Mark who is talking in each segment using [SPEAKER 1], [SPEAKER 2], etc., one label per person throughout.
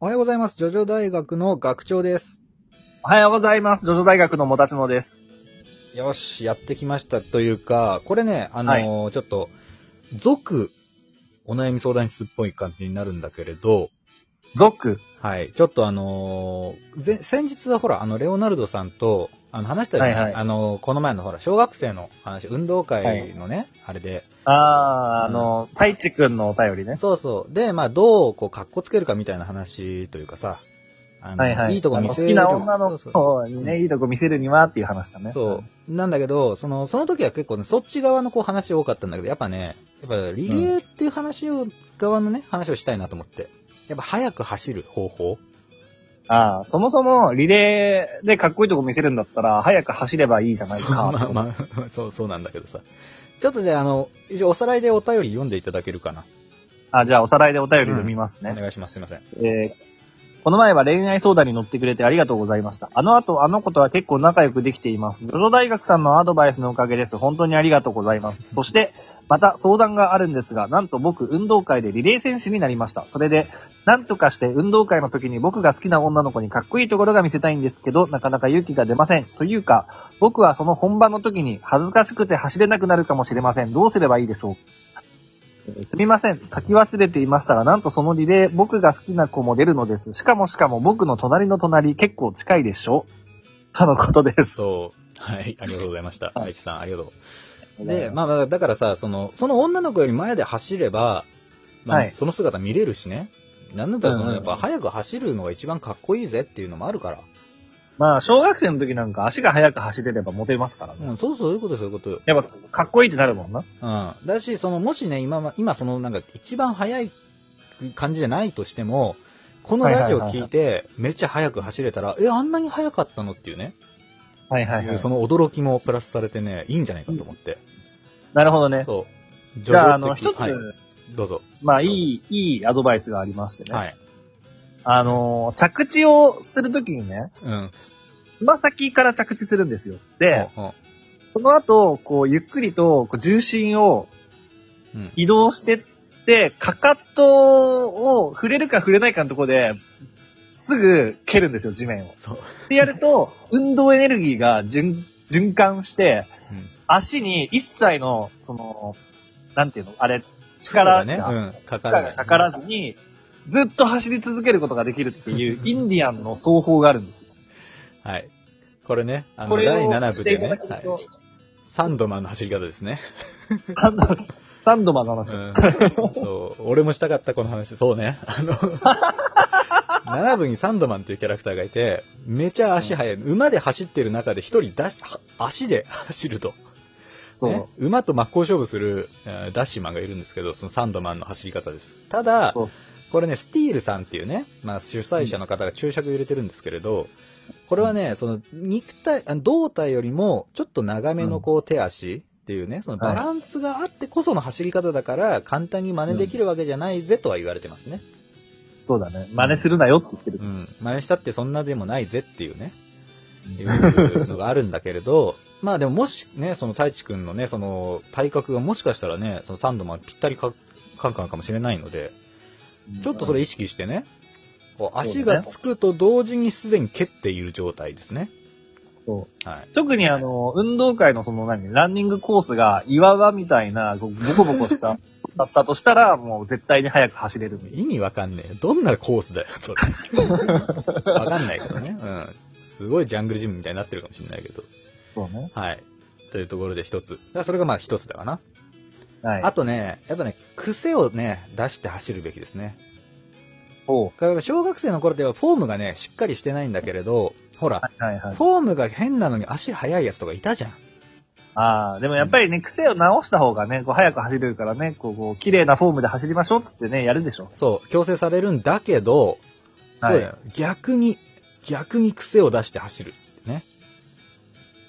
[SPEAKER 1] おはようございます。ジョジョ大学の学長です。
[SPEAKER 2] おはようございます。ジョジョ大学のもたちのです。
[SPEAKER 1] よし、やってきましたというか、これね、あのーちょっと、続、お悩み相談室っぽい感じになるんだけれど、
[SPEAKER 2] ゾック。
[SPEAKER 1] はい、ちょっとあのーぜ先日はほら、あの、レオナルドさんと、あの、話したよね、
[SPEAKER 2] はいはい
[SPEAKER 1] あのーこの前のほら、小学生の話、運動会のね、あれで、
[SPEAKER 2] あー、あの、太一くんのお便りね。
[SPEAKER 1] そうそう。で、まあ、どう、こう、格好つけるかみたいな話というかさ、あの、
[SPEAKER 2] はいはい。
[SPEAKER 1] いとこ見せる。
[SPEAKER 2] あの好きな女の
[SPEAKER 1] そうそう
[SPEAKER 2] 子にね、いいとこ見せるにはっていう話だね。
[SPEAKER 1] そう。なんだけど、その、その時は結構ね、そっち側のこう話多かったんだけど、やっぱね、やっぱリレーっていう話を、側のね、話をしたいなと思って。やっぱ早く走る方法
[SPEAKER 2] ああ、そもそもリレーでかっこいいとこ見せるんだったら、早く走ればいいじゃない
[SPEAKER 1] そうま
[SPEAKER 2] か。
[SPEAKER 1] あまあ、 そう、そうなんだけどさ。ちょっとじゃあ、あの、一応おさらいでお便り読んでいただけるかな。
[SPEAKER 2] あ、じゃあおさらいでお便り読みますね
[SPEAKER 1] お。願いします。すいません。
[SPEAKER 2] えーこの前は恋愛相談に乗ってくれてありがとうございました。あの後、あの子とは結構仲良くできています。ジョジョ大学さんのアドバイスのおかげです。本当にありがとうございます。そして、また相談があるんですが、なんと僕、運動会でリレー選手になりました。それで、なんとかして運動会の時に僕が好きな女の子にかっこいいところが見せたいんですけど、なかなか勇気が出ません。というか、僕はその本番の時に恥ずかしくて走れなくなるかもしれません。どうすればいいでしょうえーすみません。書き忘れていましたが、なんとそのリレー、僕が好きな子も出るのです。しかもしかも僕の隣の隣、結構近いでしょとのことです。
[SPEAKER 1] そう。はい、ありがとうございました。
[SPEAKER 2] はい
[SPEAKER 1] 愛知さん、ありがとう。で、まあまあ、だからさ、その、その女の子より前で走れば、まあ、
[SPEAKER 2] はい
[SPEAKER 1] その姿見れるしね。なんだったら、そ
[SPEAKER 2] うん
[SPEAKER 1] の、
[SPEAKER 2] うん
[SPEAKER 1] やっぱ、早く走るのが一番かっこいいぜっていうのもあるから。
[SPEAKER 2] まあ、小学生の時なんか足が速く走れればモテますからね。
[SPEAKER 1] うん、そうそう、そういうこと、そういうことよ。
[SPEAKER 2] やっぱ、かっこいいってなるもんな。
[SPEAKER 1] うん。だし、その、もしね、今ま、今、その、なんか、一番早い感じじゃないとしても、このラジオ聞いて、めっちゃ早く走れたら、え、あんなに早かったのっていうね、
[SPEAKER 2] はいはい
[SPEAKER 1] いうその驚きもプラスされてね、いいんじゃないかと思って。
[SPEAKER 2] なるほどね。
[SPEAKER 1] そう。
[SPEAKER 2] じゃあ、あの、
[SPEAKER 1] ジョジョ的
[SPEAKER 2] 一つ、
[SPEAKER 1] はい、どうぞ。
[SPEAKER 2] まあ、いい、いいアドバイスがありましてね。
[SPEAKER 1] はい。
[SPEAKER 2] あのー、着地をするときにね、
[SPEAKER 1] うん。
[SPEAKER 2] つま先から着地するんですよ。で、
[SPEAKER 1] ほうほ
[SPEAKER 2] その後、こう、ゆっくりと、こう、重心を
[SPEAKER 1] ううん。
[SPEAKER 2] 移動してって、かかとを触れるか触れないかのところで、すぐ蹴るんですよ、地面を。
[SPEAKER 1] そう。
[SPEAKER 2] でやると、運動エネルギーが循循環して、
[SPEAKER 1] うん
[SPEAKER 2] 足に一切の、その、なんていうの、あれ、
[SPEAKER 1] から
[SPEAKER 2] 力が、
[SPEAKER 1] ね、うん、かか
[SPEAKER 2] 力
[SPEAKER 1] らな
[SPEAKER 2] が
[SPEAKER 1] い
[SPEAKER 2] かからずに、ずっと走り続けることができるっていう、インディアンの奏法があるんですよ。
[SPEAKER 1] はい。これね、あ
[SPEAKER 2] こ
[SPEAKER 1] の、
[SPEAKER 2] れ
[SPEAKER 1] 第7
[SPEAKER 2] を
[SPEAKER 1] 部
[SPEAKER 2] して
[SPEAKER 1] で
[SPEAKER 2] い
[SPEAKER 1] ね、
[SPEAKER 2] た
[SPEAKER 1] は
[SPEAKER 2] だけると、
[SPEAKER 1] い、サンドマンの走り方ですね。
[SPEAKER 2] サンドサンドマンの話
[SPEAKER 1] う
[SPEAKER 2] を、
[SPEAKER 1] ん、そう、俺もしたかった、この話。そうね。あ の、7部にサンドマンっていうキャラクターがいて、めちゃ足速い。馬で走ってる中で一人ダッシュは足で走ると。
[SPEAKER 2] そう。
[SPEAKER 1] ね馬と真っ向勝負するえーダッシュマンがいるんですけど、そのサンドマンの走り方です。ただ
[SPEAKER 2] そう、
[SPEAKER 1] これね、スティールさんっていうね、まあ主催者の方が注釈を入れてるんですけれど、これはね、その肉体、あ胴体よりもちょっと長めのこう手足っていうね、そのバランスがあってこその走り方だから簡単に真似できるわけじゃないぜとは言われてますね。
[SPEAKER 2] そうだね。真似するなよって言ってる
[SPEAKER 1] う。ん。真似したってそんなでもないぜっていうね。いうのがあるんだけれど、 まあでももしね、その太一くんのね、その体格がもしかしたらね、そのサンドマンぴったりか、カンカンかもしれないので、ちょっとそれ意識してね、こう足がつくと同時にすでに蹴っている状態ですね。
[SPEAKER 2] そ
[SPEAKER 1] はい。
[SPEAKER 2] 特にあの、運動会のその何、ランニングコースが岩場みたいな、こうボコボコした、だったとしたら、もう絶対に早く走れる。
[SPEAKER 1] 意味わかんねえ。どんなコースだよ、それ。 わかんないけどね。うん。すごいジャングルジムみたいになってるかもしれないけど。
[SPEAKER 2] そうね。はい。
[SPEAKER 1] というところで一つ。だからそれがまあ一つだかな。
[SPEAKER 2] はい。
[SPEAKER 1] あとね、やっぱね、癖をね、出して走るべきですね。
[SPEAKER 2] と、
[SPEAKER 1] だから小学生の頃ではフォームがね、しっかりしてないんだけれど、ほら、
[SPEAKER 2] はいはい。
[SPEAKER 1] フォームが変なのに足速いやつとかいたじゃん。
[SPEAKER 2] ああ、でもやっぱりね、癖を直した方がね、こう早く走れるからね、こう、こう綺麗なフォームで走りましょうってってね、やるでしょ。
[SPEAKER 1] そう、強制されるんだけど、そうだよ、逆に、逆に癖を出して走る。ね。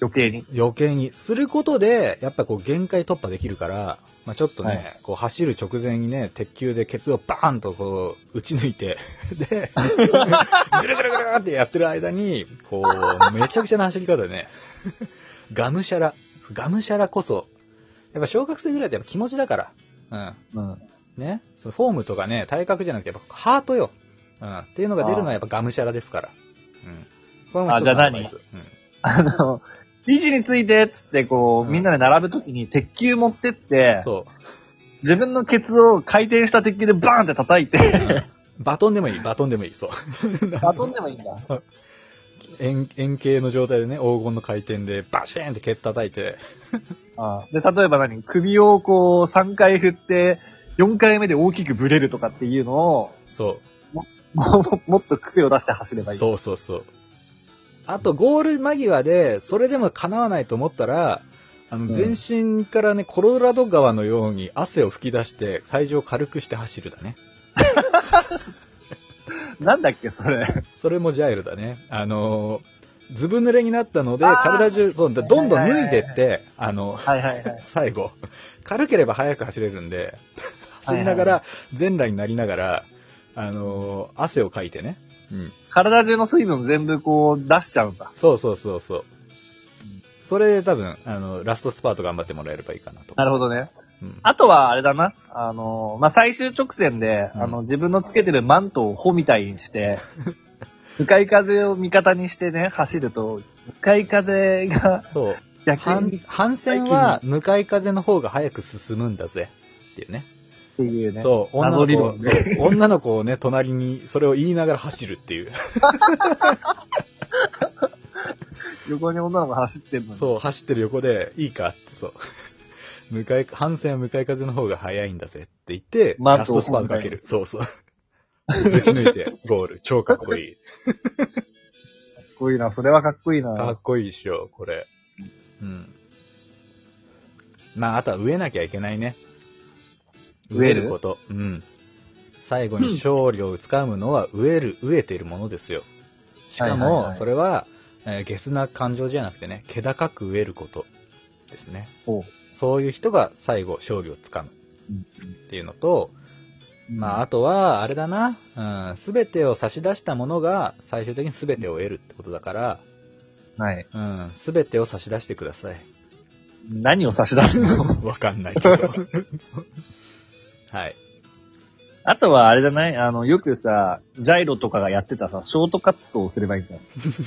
[SPEAKER 2] 余計に。
[SPEAKER 1] 余計に。することで、やっぱこう限界突破できるから、まあちょっとね、
[SPEAKER 2] はい
[SPEAKER 1] こう走る直前にね、鉄球でケツをバーンとこう、打ち抜いて、 で、 ぐるぐるぐるってやってる間に、こう、めちゃくちゃな走り方でね、 がむしゃら、がむしゃらこそ、やっぱ小学生ぐらいってやっぱ気持ちだから、うん。
[SPEAKER 2] うん。
[SPEAKER 1] ね、そのフォームとかね、体格じゃなくて、やっぱハートよ。うん。っていうのが出るのはやっぱがむしゃらですから。うん。これも一つ
[SPEAKER 2] あじゃあ
[SPEAKER 1] アド
[SPEAKER 2] 何
[SPEAKER 1] バイスうん。
[SPEAKER 2] あの、理事について、つってこ
[SPEAKER 1] う
[SPEAKER 2] う、
[SPEAKER 1] ん
[SPEAKER 2] みんなで並ぶときに鉄球持ってって、
[SPEAKER 1] そ
[SPEAKER 2] 自分のケツを回転した鉄球でバーンって叩いて、
[SPEAKER 1] う。バトンでもいい、バトンでもいい、そう。
[SPEAKER 2] バトンでもいいんだ。
[SPEAKER 1] 円円形の状態でね、黄金の回転でバシーンってケツ叩いて、
[SPEAKER 2] あで、例えば何首をこう、3回振って、4回目で大きくブレるとかっていうのを、
[SPEAKER 1] そ
[SPEAKER 2] もうもっと癖を出して走れば
[SPEAKER 1] う。
[SPEAKER 2] いい。
[SPEAKER 1] そうそうそう。あと、ゴール間際で、それでも叶わないと思ったら、あ
[SPEAKER 2] ん
[SPEAKER 1] の、全身からね、コロラド川のように汗を吹き出して、体重を軽くして走るだね。
[SPEAKER 2] なんだっけ、それ。
[SPEAKER 1] それもジャイルだね。あのーずぶ濡れになったので、
[SPEAKER 2] あー
[SPEAKER 1] 体中、そう、どんどん脱いでって、あの、
[SPEAKER 2] はいはいはい。
[SPEAKER 1] 最後、軽ければ速く走れるんで、走りなが
[SPEAKER 2] は
[SPEAKER 1] ら、全裸になりながら、あのー汗をかいてね。うん。
[SPEAKER 2] 体中の水分全部こう、出しちゃうんだ。
[SPEAKER 1] そうそうそうそう。それで多分、あの、ラストスパート頑張ってもらえればいいかなと。
[SPEAKER 2] なるほどね。
[SPEAKER 1] うん
[SPEAKER 2] あとは、あれだな。あの、まあ、最終直線で、
[SPEAKER 1] うん
[SPEAKER 2] あの、自分のつけてるマントを帆みたいに して、向かい風を味方にしてね、走ると、向かい風が
[SPEAKER 1] そう。
[SPEAKER 2] 逆にっ
[SPEAKER 1] 反、反戦は、向かい風の方が早く進むんだぜ。っていうね。
[SPEAKER 2] ていうね。
[SPEAKER 1] そう、女
[SPEAKER 2] 謎
[SPEAKER 1] の
[SPEAKER 2] 理
[SPEAKER 1] 子を
[SPEAKER 2] 論、
[SPEAKER 1] そう女の子をね、隣に、それを言いながら走るっていう。
[SPEAKER 2] 横に女の子走ってるのに。
[SPEAKER 1] そう、走ってる横で、いいかって、そう。 向かい、反戦は向かい風の方が早いんだぜって言って、
[SPEAKER 2] マ
[SPEAKER 1] ラ
[SPEAKER 2] ン
[SPEAKER 1] ス
[SPEAKER 2] トを
[SPEAKER 1] トスパートかける。そうそう。 ぶち抜いて、ゴール。超かっこいい。
[SPEAKER 2] かっこいいな。それはかっこいいな。
[SPEAKER 1] かっこいいっしょ、これ。うん。まあ、あとは植えなきゃいけないね。
[SPEAKER 2] 植
[SPEAKER 1] 植
[SPEAKER 2] え
[SPEAKER 1] え
[SPEAKER 2] る
[SPEAKER 1] ること。うん。最後に勝利をつかむのは植える、植えているものですよ。しか
[SPEAKER 2] はいはいは
[SPEAKER 1] も、
[SPEAKER 2] い
[SPEAKER 1] それは、えーゲスな感情じゃなくてね、気高く植えることですね。
[SPEAKER 2] おう
[SPEAKER 1] そういう人が最後勝利をつかむっていうのと、まあ、あとは、あれだな、うん、すべてを差し出したものが最終的にすべてを得るってことだから、
[SPEAKER 2] はい。
[SPEAKER 1] うん、すべてを差し出してください。
[SPEAKER 2] 何を差し出す の
[SPEAKER 1] わかんないけど。 はい。
[SPEAKER 2] あとはあれじゃないあの、よくさ、ジャイロとかがやってたさ、ショートカットをすればいいんだよ。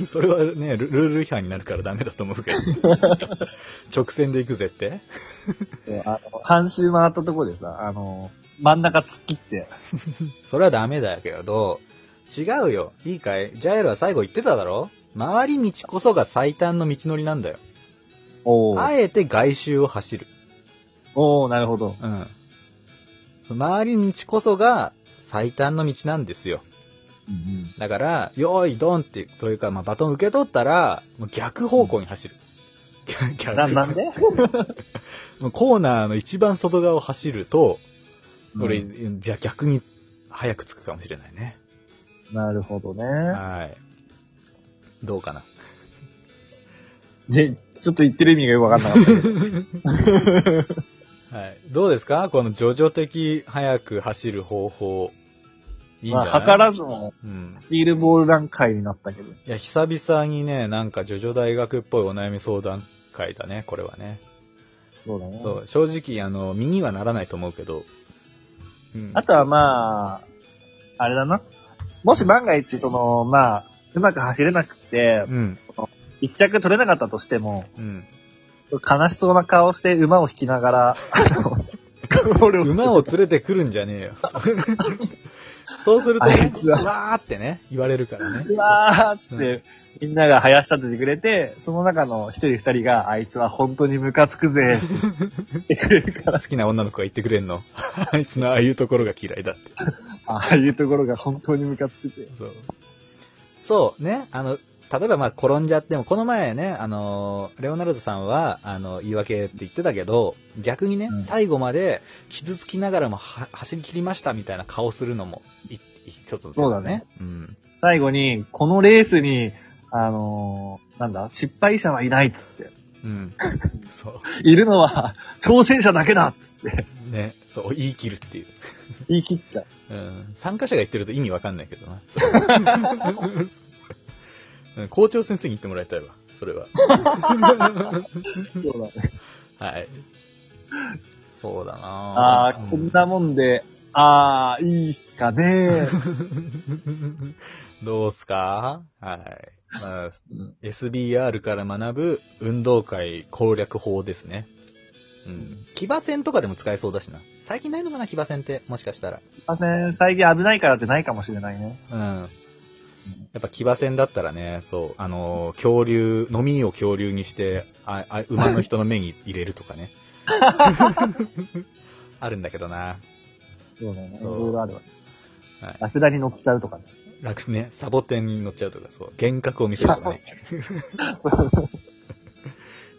[SPEAKER 1] それはね、ルルール違反になるからダメだと思う けど。直線で行くぜって
[SPEAKER 2] であの半周回ったところでさ、あの、真ん中突っ切って。
[SPEAKER 1] それはダメだけど、違うよ。いいかいジャイルは最後言ってただろ回り道こそが最短の道のりなんだよ。
[SPEAKER 2] おう
[SPEAKER 1] あえて外周を走る。
[SPEAKER 2] おおなるほど。
[SPEAKER 1] うん。その回り道こそが最短の道なんですよ。
[SPEAKER 2] うん
[SPEAKER 1] だから、よーい、ドンって、というか、まあ、バトン受け取ったら、もう逆方向に走る。
[SPEAKER 2] う
[SPEAKER 1] 逆
[SPEAKER 2] ん。な、なんで
[SPEAKER 1] もうコーナーの一番外側を走ると、 これ、
[SPEAKER 2] うん
[SPEAKER 1] じゃあ逆に早く着くかもしれないね。
[SPEAKER 2] なるほどね。
[SPEAKER 1] はい。どう かな。
[SPEAKER 2] で、ちょっと言ってる意味がよくわかんなかったけど。
[SPEAKER 1] はい。どうですかこの叙々的早く走る方法。いいんじ
[SPEAKER 2] ま
[SPEAKER 1] ゃ
[SPEAKER 2] あ、
[SPEAKER 1] ない、
[SPEAKER 2] 図らずも、
[SPEAKER 1] うん。
[SPEAKER 2] スティールボールラン会になったけど。
[SPEAKER 1] いや、久々にね、なんか叙々大学っぽいお悩み相談会だね、これはね。
[SPEAKER 2] そうだね。
[SPEAKER 1] そう、正直、あの、身にはならないと思うけど。うん
[SPEAKER 2] あとはまあ、あれだな。もし万が一、その、まあ、うまく走れなくて、
[SPEAKER 1] うん、
[SPEAKER 2] 一着取れなかったとしても、
[SPEAKER 1] うん。
[SPEAKER 2] 悲しそうな顔して馬を引きながら、
[SPEAKER 1] 馬を連れてくるんじゃねえよ。 そうすると、
[SPEAKER 2] あいつは
[SPEAKER 1] わーってね、言われるからね。
[SPEAKER 2] うわーっつって、みんなが林立ててくれて、その中の一人二人が、あいつは本当にムカつくぜ、って言ってくれるから、
[SPEAKER 1] 好きな女の子が言ってくれんの。 あいつのああいうところが嫌いだって。
[SPEAKER 2] ああいうところが本当にムカつくぜ。
[SPEAKER 1] そう。そう、ね。あの、例えばまあ転んじゃっても、この前ね、あの、レオナルドさんは、あの、言い訳って言ってたけど、逆にね、
[SPEAKER 2] うん
[SPEAKER 1] 最後まで傷つきながらもは走り切りましたみたいな顔するのも、い一つの手
[SPEAKER 2] そうだね。
[SPEAKER 1] うん。
[SPEAKER 2] 最後に、このレースに、あのーなんだ、失敗者はいないっつって。
[SPEAKER 1] うん。 そう。
[SPEAKER 2] いるのは、挑戦者だけだっつって、
[SPEAKER 1] ね。そう、言い切るっていう。
[SPEAKER 2] 言い切っちゃう。
[SPEAKER 1] うん参加者が言ってると意味わかんないけどな。 うん校長先生に言ってもらいたいわ、それは。
[SPEAKER 2] そうだね。
[SPEAKER 1] はい。そうだなぁ
[SPEAKER 2] ああ、こん。なもんで、あー、いいっすかね。
[SPEAKER 1] どうすかはい。まあ、SBR から学ぶ運動会攻略法ですね。うん。騎馬戦とかでも使えそうだしな。最近ないのかな騎馬戦って。もしかしたら。
[SPEAKER 2] すいません、最近危ないからってないかもしれないね。
[SPEAKER 1] うん。やっぱ騎馬戦だったらね、そう、あのー恐竜、飲みを恐竜にして、ああ馬の人の目に入れるとか ね。あるんだけどな。
[SPEAKER 2] そうだね。い
[SPEAKER 1] そう
[SPEAKER 2] ろいろあるわ。
[SPEAKER 1] はい
[SPEAKER 2] ラクダに乗っちゃうとかね。
[SPEAKER 1] 楽ね。サボテンに乗っちゃうとか、そう。幻覚を見せるとかね。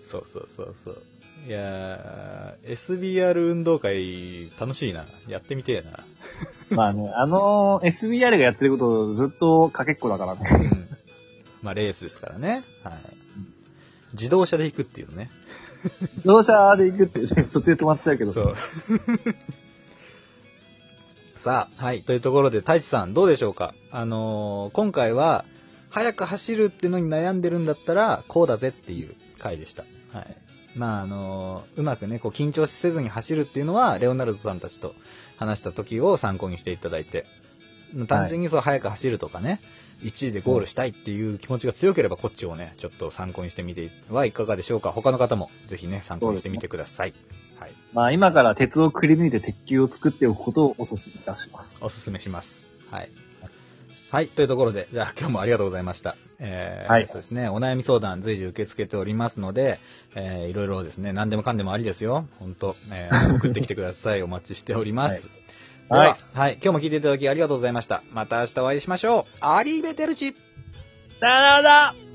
[SPEAKER 1] そうそうそうそう。いやー、SBR 運動会楽しいな。やってみてえな。
[SPEAKER 2] まあね、あのー SBR がやってることをずっとかけっこだからね。
[SPEAKER 1] うん。まあ、レースですからね。はい。自動車で行くっていうね。
[SPEAKER 2] 自動車で行くって、ね、途中で止まっちゃうけど。
[SPEAKER 1] そう。 さあ、はい。というところで、太一さん、どうでしょうかあのー今回は、早く走るってのに悩んでるんだったら、こうだぜっていう回でした。はい。まあ、あのーうまくね、こう、緊張せずに走るっていうのは、レオナルドさんたちと話した時を参考にしていただいて、単純にそう、早く走るとかね、1位でゴールしたいっていう気持ちが強ければ、こっちをね、ちょっと参考にしてみてはいかがでしょうか他の方も、ぜひね、参考にしてみてください。はい。
[SPEAKER 2] まあ今から鉄をくり抜いて鉄球を作っておくことをお勧めいたします。
[SPEAKER 1] おすすめします。はい。はい。というところで、じゃあ今日もありがとうございました。えー、
[SPEAKER 2] はい
[SPEAKER 1] そうですね。お悩み相談随時受け付けておりますので、えー、いろいろですね、何でもかんでもありですよ。本当え ー、送ってきてください。お待ちしております。
[SPEAKER 2] はい
[SPEAKER 1] でははい。今日も聞いていただきありがとうございました。また明日お会いしましょう。アリーベテルチ
[SPEAKER 2] さよなら